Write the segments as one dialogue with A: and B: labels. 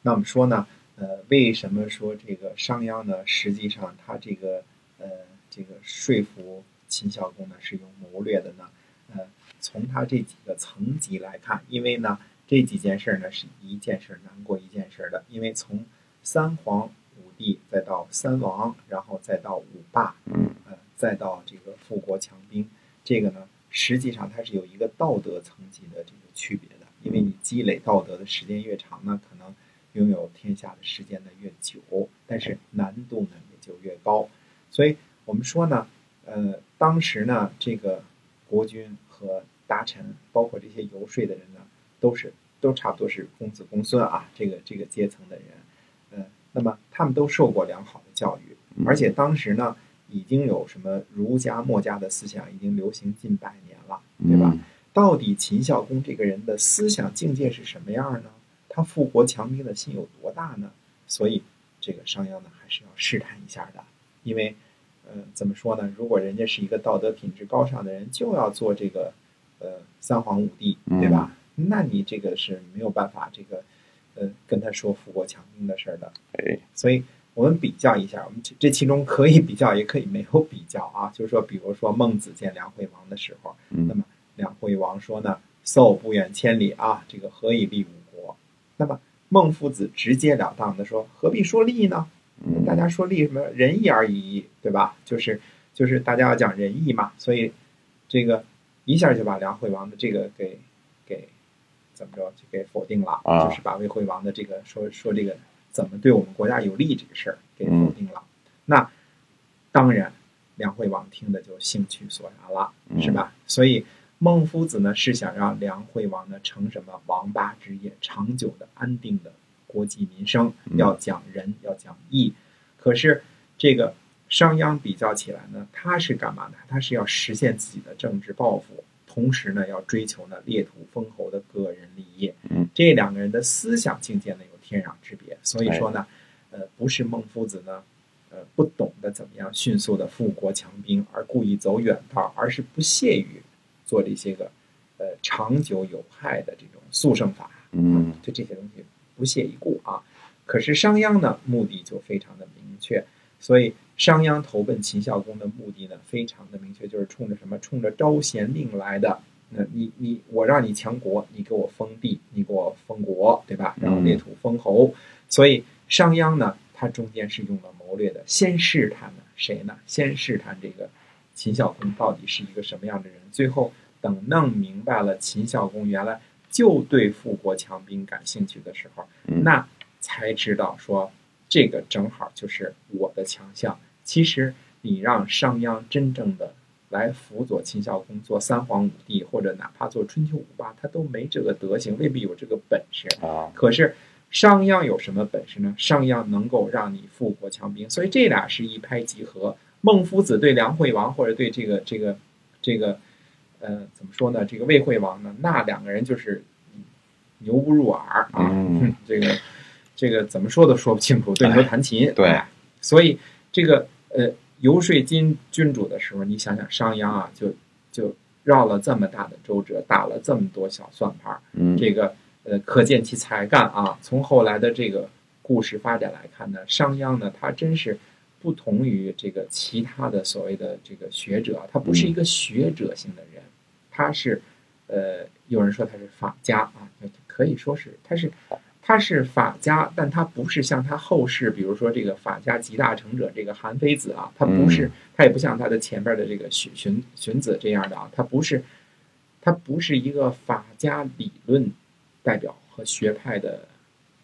A: 那么说呢，呃，为什么说这个商鞅呢？实际上他这个呃这个说服秦孝公呢是有谋略的呢？呃，从他这几个层级来看，因为呢这几件事呢是一件事难过一件事的，因为从三皇五帝再到三王，然后再到五霸，呃，再到这个富国强兵，这个呢实际上它是有一个道德层级的这个区别的，因为你积累道德的时间越长呢，可能拥有天下的时间呢越久，但是难度呢也就越高。所以我们说呢，呃，当时呢，这个国君和大臣，包括这些游说的人呢，都是都差不多是公子公孙啊，这个这个阶层的人，呃，那么他们都受过良好的教育，而且当时呢，已经有什么儒家、墨家的思想已经流行近百年了，
B: 嗯
A: 对吧？到底秦孝公这个人的思想境界是什么样呢？他富国强兵的心有多大呢？所以这个商鞅呢，还是要试探一下的，因为，呃，怎么说呢？如果人家是一个道德品质高尚的人，就要做这个，呃，三皇五帝，对吧？那你这个是没有办法，这个，呃，跟他说富国强兵的事儿的。
B: 哎，
A: 所以我们比较一下，我们这这其中可以比较，也可以没有比较啊。就是说，比如说孟子见梁惠王的时候，
B: 嗯
A: 那么梁惠王说呢：“叟不远千里啊，这个何以立五国？”那么孟夫子直截了当的说：“何必说利呢？
B: 嗯
A: 大家说利什么仁义而已矣，对吧？就是就是大家要讲仁义嘛，所以这个一下就把梁惠王的这个给给怎么着就给否定了，
B: 啊
A: 就是把魏惠王的这个说说这个怎么对我们国家有利这个事儿给否定了。嗯那当然，梁惠王听的就兴趣索然了，是吧？所以孟夫子呢是想让梁惠王呢成什么王八之业，长久的安定的国计民生，
B: 嗯
A: 要讲仁，要讲义。可是这个商鞅比较起来呢，他是干嘛呢？他是要实现自己的政治抱负，同时呢要追求呢列土封侯的个人利益。
B: 嗯，
A: 这两个人的思想境界呢有天壤之别，所以说呢，呃，不是孟夫子呢。呃，不懂得怎么样迅速的富国强兵，而故意走远道，而是不屑于做这些个呃长久有害的这种速胜法，
B: 嗯
A: 对这些东西不屑一顾啊。可是商鞅呢，目的就非常的明确，所以商鞅投奔秦孝公的目的呢，非常的明确，就是冲着什么？冲着招贤令来的。那你你我让你强国，你给我封地，你给我封国，对吧？然后列土封侯。所以商鞅呢，他中间是用了谋略的，先试探呢谁呢？先试探这个秦孝公到底是一个什么样的人。最后等弄明白了秦孝公原来就对富国强兵感兴趣的时候，
B: 嗯
A: 那才知道说这个正好就是我的强项。其实你让商鞅真正的来辅佐秦孝公做三皇五帝，或者哪怕做春秋五霸，他都没这个德行，未必有这个本事。
B: 啊，
A: 可是商鞅有什么本事呢？商鞅能够让你富国强兵，所以这俩是一拍即合。孟夫子对梁惠王或者对这个这个这个，呃，怎么说呢？这个魏惠王呢，那两个人就是嗯牛不入耳啊，
B: 嗯
A: 哼这个这个怎么说都说不清楚，对牛弹琴。
B: 对
A: 哎所以这个呃，游说金君主的时候，你想想商鞅啊，就就绕了这么大的周折，打了这么多小算盘儿，
B: 嗯
A: 这个呃，可见其才干啊。从后来的这个故事发展来看呢，商鞅呢，他真是不同于这个其他的所谓的这个学者啊，他不是一个学者型的人，他是呃，有人说他是法家啊，可以说是他是。他是法家，但他不是像他后世，比如说这个法家集大成者这个韩非子啊，他不是，
B: 嗯
A: 他也不像他的前边的这个荀荀荀子这样的啊，他不是，他不是一个法家理论代表和学派的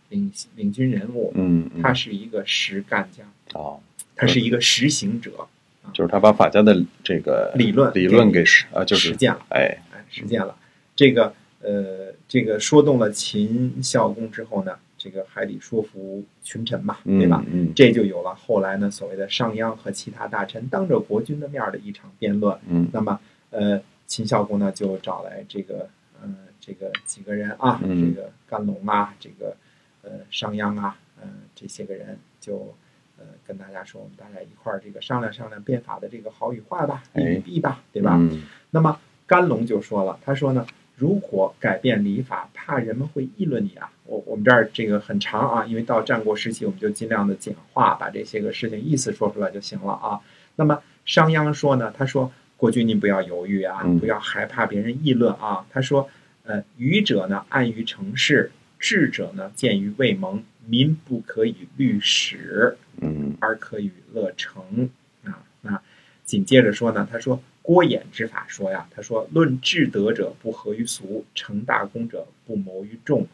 A: 领领军人物，
B: 嗯嗯
A: 他是一个实干家，
B: 哦，
A: 他是一个实行者，
B: 就是他把法家的这个
A: 理论
B: 理论给实啊，就
A: 实
B: 是
A: 践了。
B: 哎，
A: 哎，实践了。这个呃，这个说动了秦孝公之后呢，这个还得说服群臣嘛，
B: 嗯
A: 对吧？？
B: 嗯
A: 这就有了后来呢，所谓的商鞅和其他大臣当着国君的面儿的一场辩论。
B: 嗯
A: 那么呃，秦孝公呢就找来这个呃这个几个人啊，这
B: 嗯
A: 个甘龙啊，这个呃商鞅啊，呃这些个人就呃跟大家说，我们大家一块儿这个商量商量变法的这个好与坏吧，利
B: 哎
A: 与弊吧，对吧？
B: 嗯
A: 那么甘龙就说了，他说呢，如果改变礼法，怕人们会议论你啊。我我们这儿这个很长啊，因为到战国时期，我们就尽量的简化，把这些个事情意思说出来就行了啊。那么商鞅说呢，他说：“国君您不要犹豫啊，
B: 嗯
A: 不要害怕别人议论啊。”他说：“呃，愚者呢，暗于城市；智者呢，见于未蒙。民不可以虑史。”
B: 嗯
A: 而可与乐成啊。那紧接着说呢，他说郭衍之法说呀，他说论至德者不合于俗，成大功者不谋于众。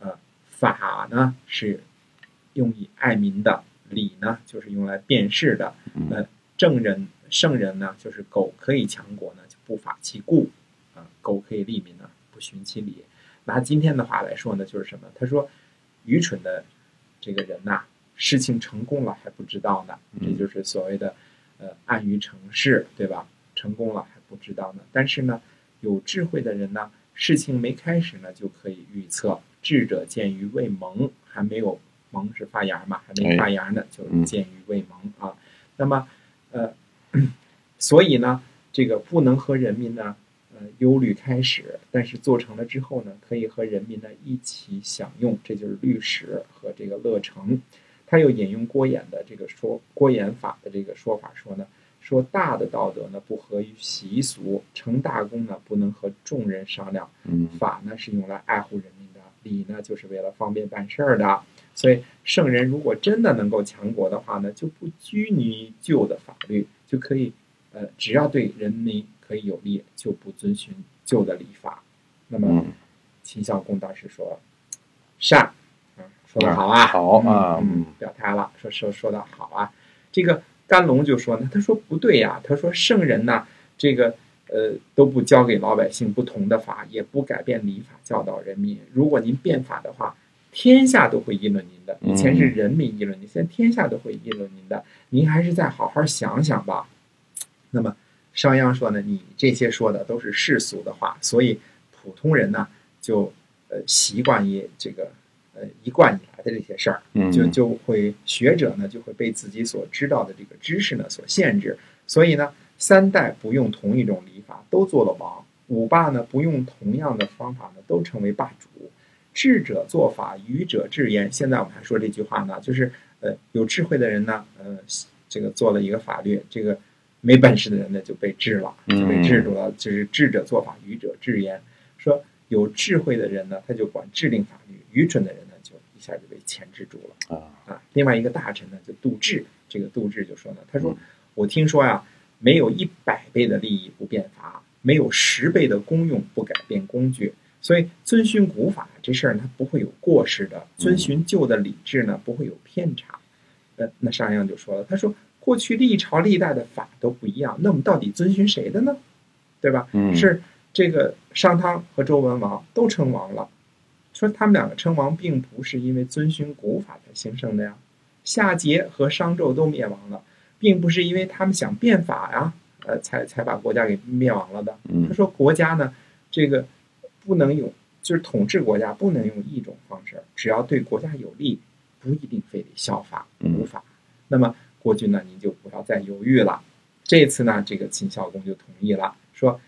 A: 呃，法呢是用以爱民的，礼呢就是用来辨事的。
B: 嗯
A: 呃，正人圣人呢，就是苟可以强国呢，就不法其故啊、苟可以利民呢，不循其理。拿今天的话来说呢，就是什么？他说，愚蠢的这个人呐、事情成功了还不知道呢，这
B: 嗯
A: 就是所谓的呃暗于城市，对吧？成功了还不知道呢，但是呢，有智慧的人呢，事情没开始呢就可以预测。智者见于未萌，还没有萌是发芽嘛，还没
B: 哎
A: 发芽呢，就
B: 嗯
A: 是见于未萌啊。那么，呃，所以呢，这个不能和人民呢，呃，忧虑开始，但是做成了之后呢，可以和人民呢一起享用，这就是律史和这个乐成。他又引用郭衍的这个说郭衍法的这个说法说呢，说大的道德呢不合于习俗，成大功呢不能和众人商量，
B: 嗯
A: 法呢是用来爱护人民的，礼呢就是为了方便办事儿的。所以圣人如果真的能够强国的话呢，就不拘泥于旧的法律，就可以呃，只要对人民可以有利，就不遵循旧的礼法。那么
B: 嗯，
A: 秦孝公当时说善，嗯，说的好啊，
B: 好啊
A: 嗯
B: 嗯，
A: 表态了，说说说的好啊。这个甘龙就说呢，他说不对呀、他说圣人呐，这个呃都不教给老百姓不同的法，也不改变礼法教导人民。如果您变法的话，天下都会议论您的。以前是
B: 嗯
A: 人民议论您，现在天下都会议论您的。您还是再好好想想吧。那么商鞅说呢，你这些说的都是世俗的话，所以普通人呢就呃习惯于这个呃一贯以来的这些事儿，
B: 嗯
A: 就就会学者呢就会被自己所知道的这个知识呢所限制，所以呢三代不用同一种礼法都做了王，五霸呢不用同样的方法呢都成为霸主，智者做法，愚者治焉。现在我们还说这句话呢，就是呃有智慧的人呢，呃这个做了一个法律，这个没本事的人呢就被治了，就被制度了，就是智者做法，愚者治焉。说有智慧的人呢，他就管制定法律；愚蠢的人呢，就一下就被钳制住了。
B: 啊，
A: 啊，另外一个大臣呢，就杜志，这个杜志就说呢，他说
B: 嗯：“
A: 我听说呀，没有一百倍的利益不变法，没有十倍的功用不改变工具。所以遵循古法这事儿呢，它不会有过失的；遵循旧的礼制呢，不会有偏差。”呃，那商鞅就说了，他说：“过去历朝历代的法都不一样，那我们到底遵循谁的呢？对吧？
B: 嗯
A: 是这个商汤和周文王都称王了，说他们两个称王，并不是因为遵循古法才兴盛的呀。夏桀和商纣都灭亡了，并不是因为他们想变法呀，呃，才才把国家给灭亡了的。他
B: 嗯
A: 说国家呢，这个不能用，就是统治国家不能用一种方式，只要对国家有利，不一定非得效法无
B: 嗯
A: 法。那么国君呢，您就不要再犹豫了。这次呢，这个秦孝公就同意了，说，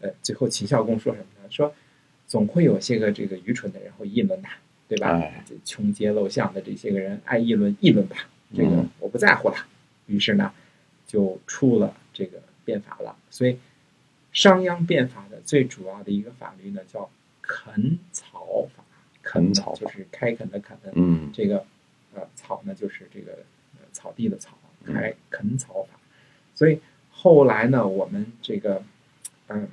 A: 呃，最后秦孝公说什么呢？说，总会有些个这个愚蠢的人会议论的，对吧？
B: 哎
A: 这穷街陋巷的这些个人爱议论，议论吧，这个
B: 嗯
A: 我不在乎了。于是呢，就出了这个变法了。所以，商鞅变法的最主要的一个法律呢，叫垦草法。垦
B: 垦
A: 呢
B: 草法
A: 就是开垦的垦，
B: 嗯
A: 这个呃草呢，就是这个呃草地的草，
B: 嗯
A: 开垦草法。所以后来呢，我们这个嗯，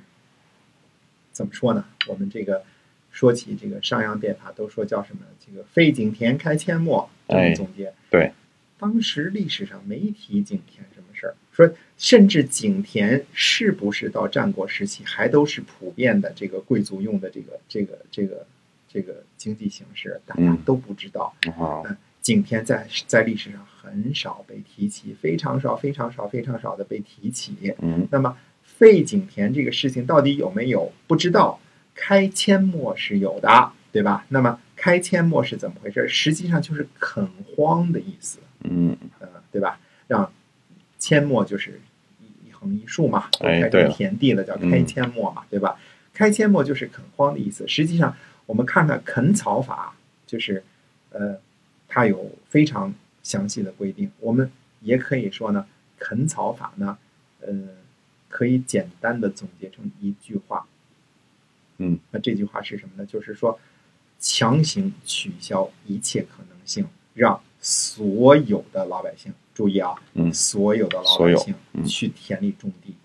A: 怎么说呢？我们这个说起这个商鞅变法，都说叫什么？这个非井田开阡陌，这么
B: 哎
A: 总结。
B: 对，
A: 当时历史上没提井田什么事儿，说甚至井田是不是到战国时期还都是普遍的这个贵族用的这个这个这个这个经济形式，大家
B: 嗯
A: 都不知道。
B: 啊
A: 呃景天在在历史上很少被提起，非常少、非常少、非常少的被提起。
B: 嗯
A: 那么废井田这个事情到底有没有？不知道。开阡陌是有的，对吧？那么开阡陌是怎么回事？实际上就是垦荒的意思，
B: 嗯
A: 呃，对吧？让阡陌就是一一横一竖嘛，都
B: 哎
A: 开
B: 对
A: 成
B: 了
A: 田地了，叫开
B: 嗯
A: 阡陌嘛，对吧？开阡陌就是垦荒的意思。实际上，我们看看垦草法，就是呃，它有非常详细的规定。我们也可以说呢，垦草法呢，呃，可以简单的总结成一句话。
B: 嗯，
A: 那这句话是什么呢？就是说，强行取消一切可能性，让所有的老百姓注意啊，
B: 嗯
A: 所有的老
B: 所
A: 百
B: 有
A: 姓
B: 嗯
A: 去田里种地。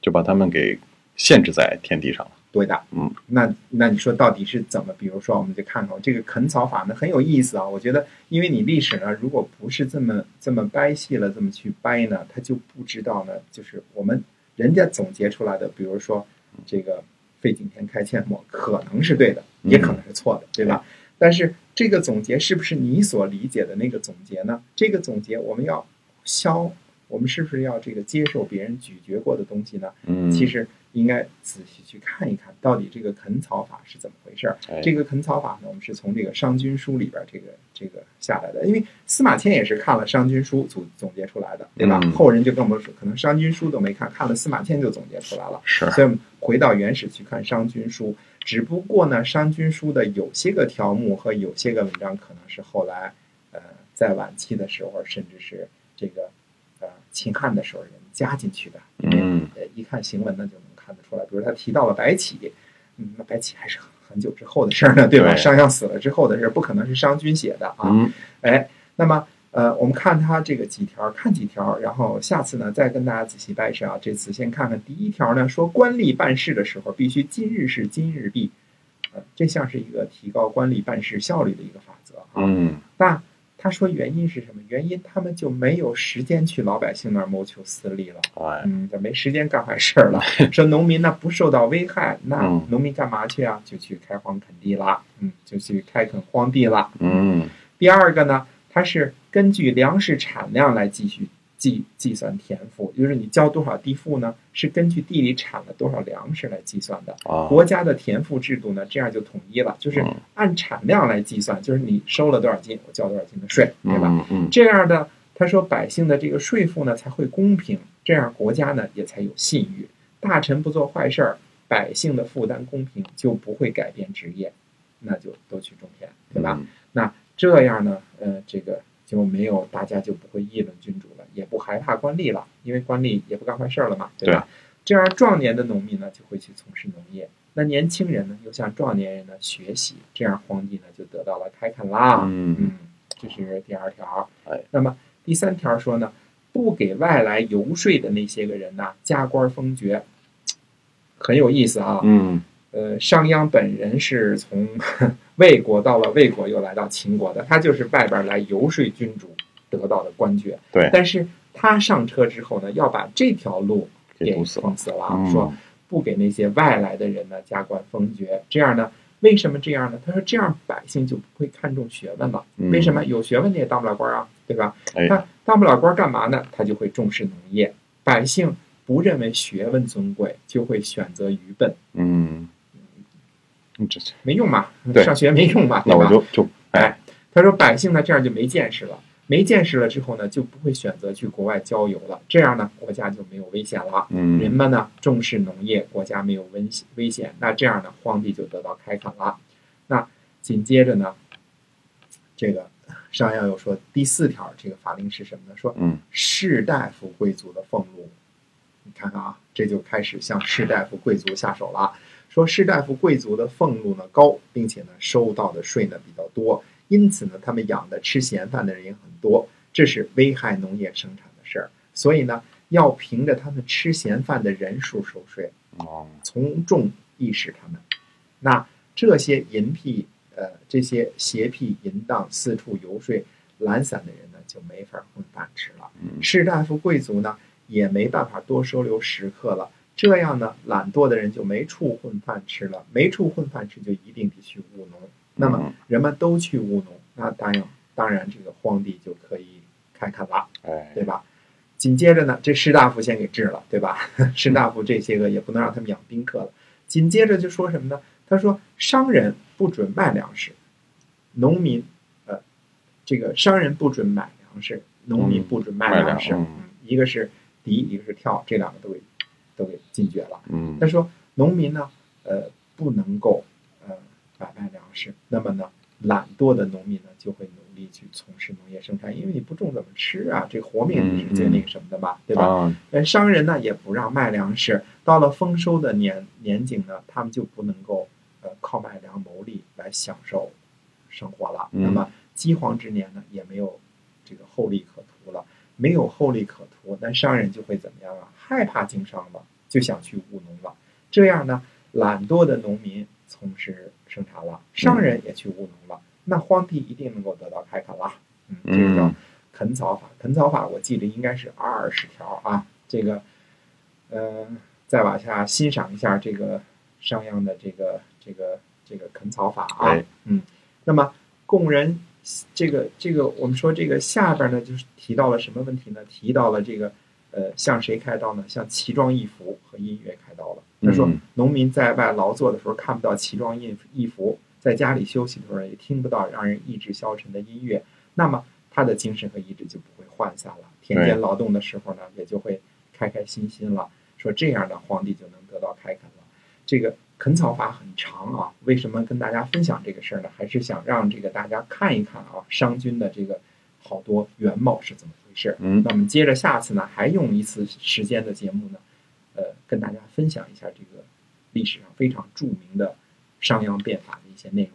B: 就把他们给限制在天地上了。
A: 对的，
B: 嗯，
A: 那那你说到底是怎么？比如说，我们就看看这个垦草法呢，很有意思啊。我觉得，因为你历史呢，如果不是这么这么掰细了，这么去掰呢，他就不知道呢，就是我们人家总结出来的，比如说这个费景天开阡陌，可能是对的，
B: 嗯
A: 也可能是错的，对吧？但是这个总结是不是你所理解的那个总结呢？这个总结我们要消，我们是不是要这个接受别人咀嚼过的东西呢？
B: 嗯，
A: 其实应该仔细去看一看，到底这个垦草法是怎么回事儿。
B: 哎
A: 这个垦草法呢，我们是从这个《商君书》里边儿这个这个下来的，因为司马迁也是看了《商君书》总总结出来的，对吧？
B: 嗯
A: 后人就更不说，可能《商君书》都没看，看了司马迁就总结出来了。
B: 是
A: 所以我们回到原始去看《商君书》，只不过呢，《商君书》的有些个条目和有些个文章可能是后来，呃，在晚期的时候，甚至是这个呃秦汉的时候人加进去的。
B: 嗯
A: 呃，一看行文呢就能看得出来。比如他提到了白起，嗯，那白起还是很很久之后的事儿呢，对吧？
B: 对
A: 商鞅死了之后的事儿，不可能是商君写的啊。
B: 嗯，
A: 哎，那么呃，我们看他这个几条，看几条，然后下次呢再跟大家仔细掰扯啊。这次先看看第一条呢，说官吏办事的时候必须今日事今日毕，呃，这像是一个提高官吏办事效率的一个法则啊。
B: 嗯
A: 那他说原因是什么？原因他们就没有时间去老百姓那儿谋求私利了。
B: 哎
A: 嗯，就没时间干坏事儿了。说农民呢不受到危害，那
B: 嗯
A: 农民干嘛去啊？就去开荒垦地啦，嗯，就去开垦荒地啦。
B: 嗯
A: 第二个呢，它是根据粮食产量来继续计计算田赋，就是你交多少地赋呢，是根据地里产了多少粮食来计算的。
B: 啊，
A: 国家的田赋制度呢，这样就统一了，就是
B: 嗯
A: 按产量来计算，就是你收了多少斤，我交多少斤的税，对吧？
B: 嗯嗯
A: 这样的，他说百姓的这个税赋呢才会公平，这样国家呢也才有信誉。大臣不做坏事儿，百姓的负担公平，就不会改变职业，那就都去种田，对
B: 嗯
A: 吧？？那这样呢，呃，这个就没有大家就不会议论君主了，也不害怕官吏了，因为官吏也不干坏事儿了嘛，对吧？这样壮年的农民呢就会去从事农业，那年轻人呢又向壮年人呢学习，这样荒地呢就得到了开垦啦。
B: 嗯
A: 嗯，这是第二条。啊
B: 哎，
A: 那么第三条说呢，不给外来游说的那些个人呐、加官封爵，很有意思啊。
B: 嗯
A: 呃，商鞅本人是从 魏国到了魏国，又来到秦国的，他就是外边来游说君主得到的官爵。
B: 对
A: 但是他上车之后呢，要把这条路
B: 给
A: 给
B: 堵
A: 封
B: 死
A: 死
B: 了
A: 了，啊
B: 嗯
A: 说不给那些外来的人呢加官封爵，这样呢。为什么这样呢？他说这样百姓就不会看重学问了。
B: 嗯
A: 为什么有学问你也当不了官啊，对吧？
B: 哎
A: 那当不了官干嘛呢？他就会重视农业。百姓不认为学问尊贵，就会选择愚笨，
B: 嗯，这
A: 没用嘛
B: 对，
A: 上学没用嘛，对
B: 那我
A: 吧？
B: 就就哎
A: 哎，他说百姓呢这样就没见识了，没见识了之后呢，就不会选择去国外郊游了，这样呢国家就没有危险了。人
B: 嗯
A: 们呢重视农业，国家没有危险危险，那这样呢荒地就得到开垦了。那紧接着呢，这个商鞅又说第四条这个法令是什么呢？说
B: 嗯
A: 士大夫贵族的俸禄。你看看啊，这就开始向士大夫贵族下手了。说士大夫贵族的俸禄呢高，并且呢收到的税呢比较多，因此呢他们养的吃闲饭的人也很多，这是危害农业生产的事儿。所以呢，要凭着他们吃闲饭的人数收税，
B: 哦
A: 从众意识他们。那这些淫僻呃这些邪僻淫荡四处游说懒散的人呢，就没法混饭吃了。
B: 嗯
A: 士大夫贵族呢，也没办法多收留食客了。这样呢，懒惰的人就没处混饭吃了，没处混饭吃就一定得去务农。那么人们都去务农，那当然当然这个荒地就可以看看了。
B: 哎
A: 对吧？紧接着呢，这士大夫先给治了，对吧？ 士大夫这些个也不能让他们养宾客了。紧接着就说什么呢？他说商人不准卖粮食，农民呃，这个商人不准买粮食，农民
B: 嗯
A: 不准
B: 卖
A: 卖
B: 粮
A: 粮食。
B: 嗯
A: 一个是敌，一个是跳，这两个都给都给禁绝了。
B: 嗯
A: 他说农民呢，呃不能够呃买卖粮食，那么呢，懒惰的农民呢就会努力去从事农业生产，因为你不种怎么吃啊？这活命你是最那个什么的吧，对吧？
B: 啊，
A: 呃，商人呢也不让卖粮食，到了丰收的年年景呢，他们就不能够呃靠卖粮谋利来享受生活了。那
B: 嗯
A: 么饥荒之年呢，也没有这个厚利可图了，没有厚利可图，那商人就会怎么样啊？害怕经商了，就想去务农了。这样呢，懒惰的农民从事生产了，
B: 嗯
A: 商人也去务农了，那荒地一定能够得到开垦啦。嗯，这个叫
B: 嗯
A: 垦草法，垦草法我记得应该是二十条啊。这个，呃，再往下欣赏一下这个商鞅的这个这个这个垦草法啊。
B: 哎
A: 嗯，那么供人这个这个，我们说这个下边呢，就是提到了什么问题呢？提到了这个呃，向谁开刀呢？向奇装异服和音乐开刀了。他说
B: 嗯，
A: 农民在外劳作的时候看不到奇装异异服，在家里休息的时候也听不到让人意志消沉的音乐，那么他的精神和意志就不会涣散了。田间劳动的时候呢，也就会开开心心了。说这样的皇帝就能得到开垦了。这个垦草法很长啊，为什么跟大家分享这个事儿呢？还是想让这个大家看一看啊，商君的这个好多原貌是怎么回事。
B: 嗯
A: 那我们接着下次呢，还用一次时间的节目呢，呃，跟大家分享一下这个历史上非常著名的商鞅变法的一些内容。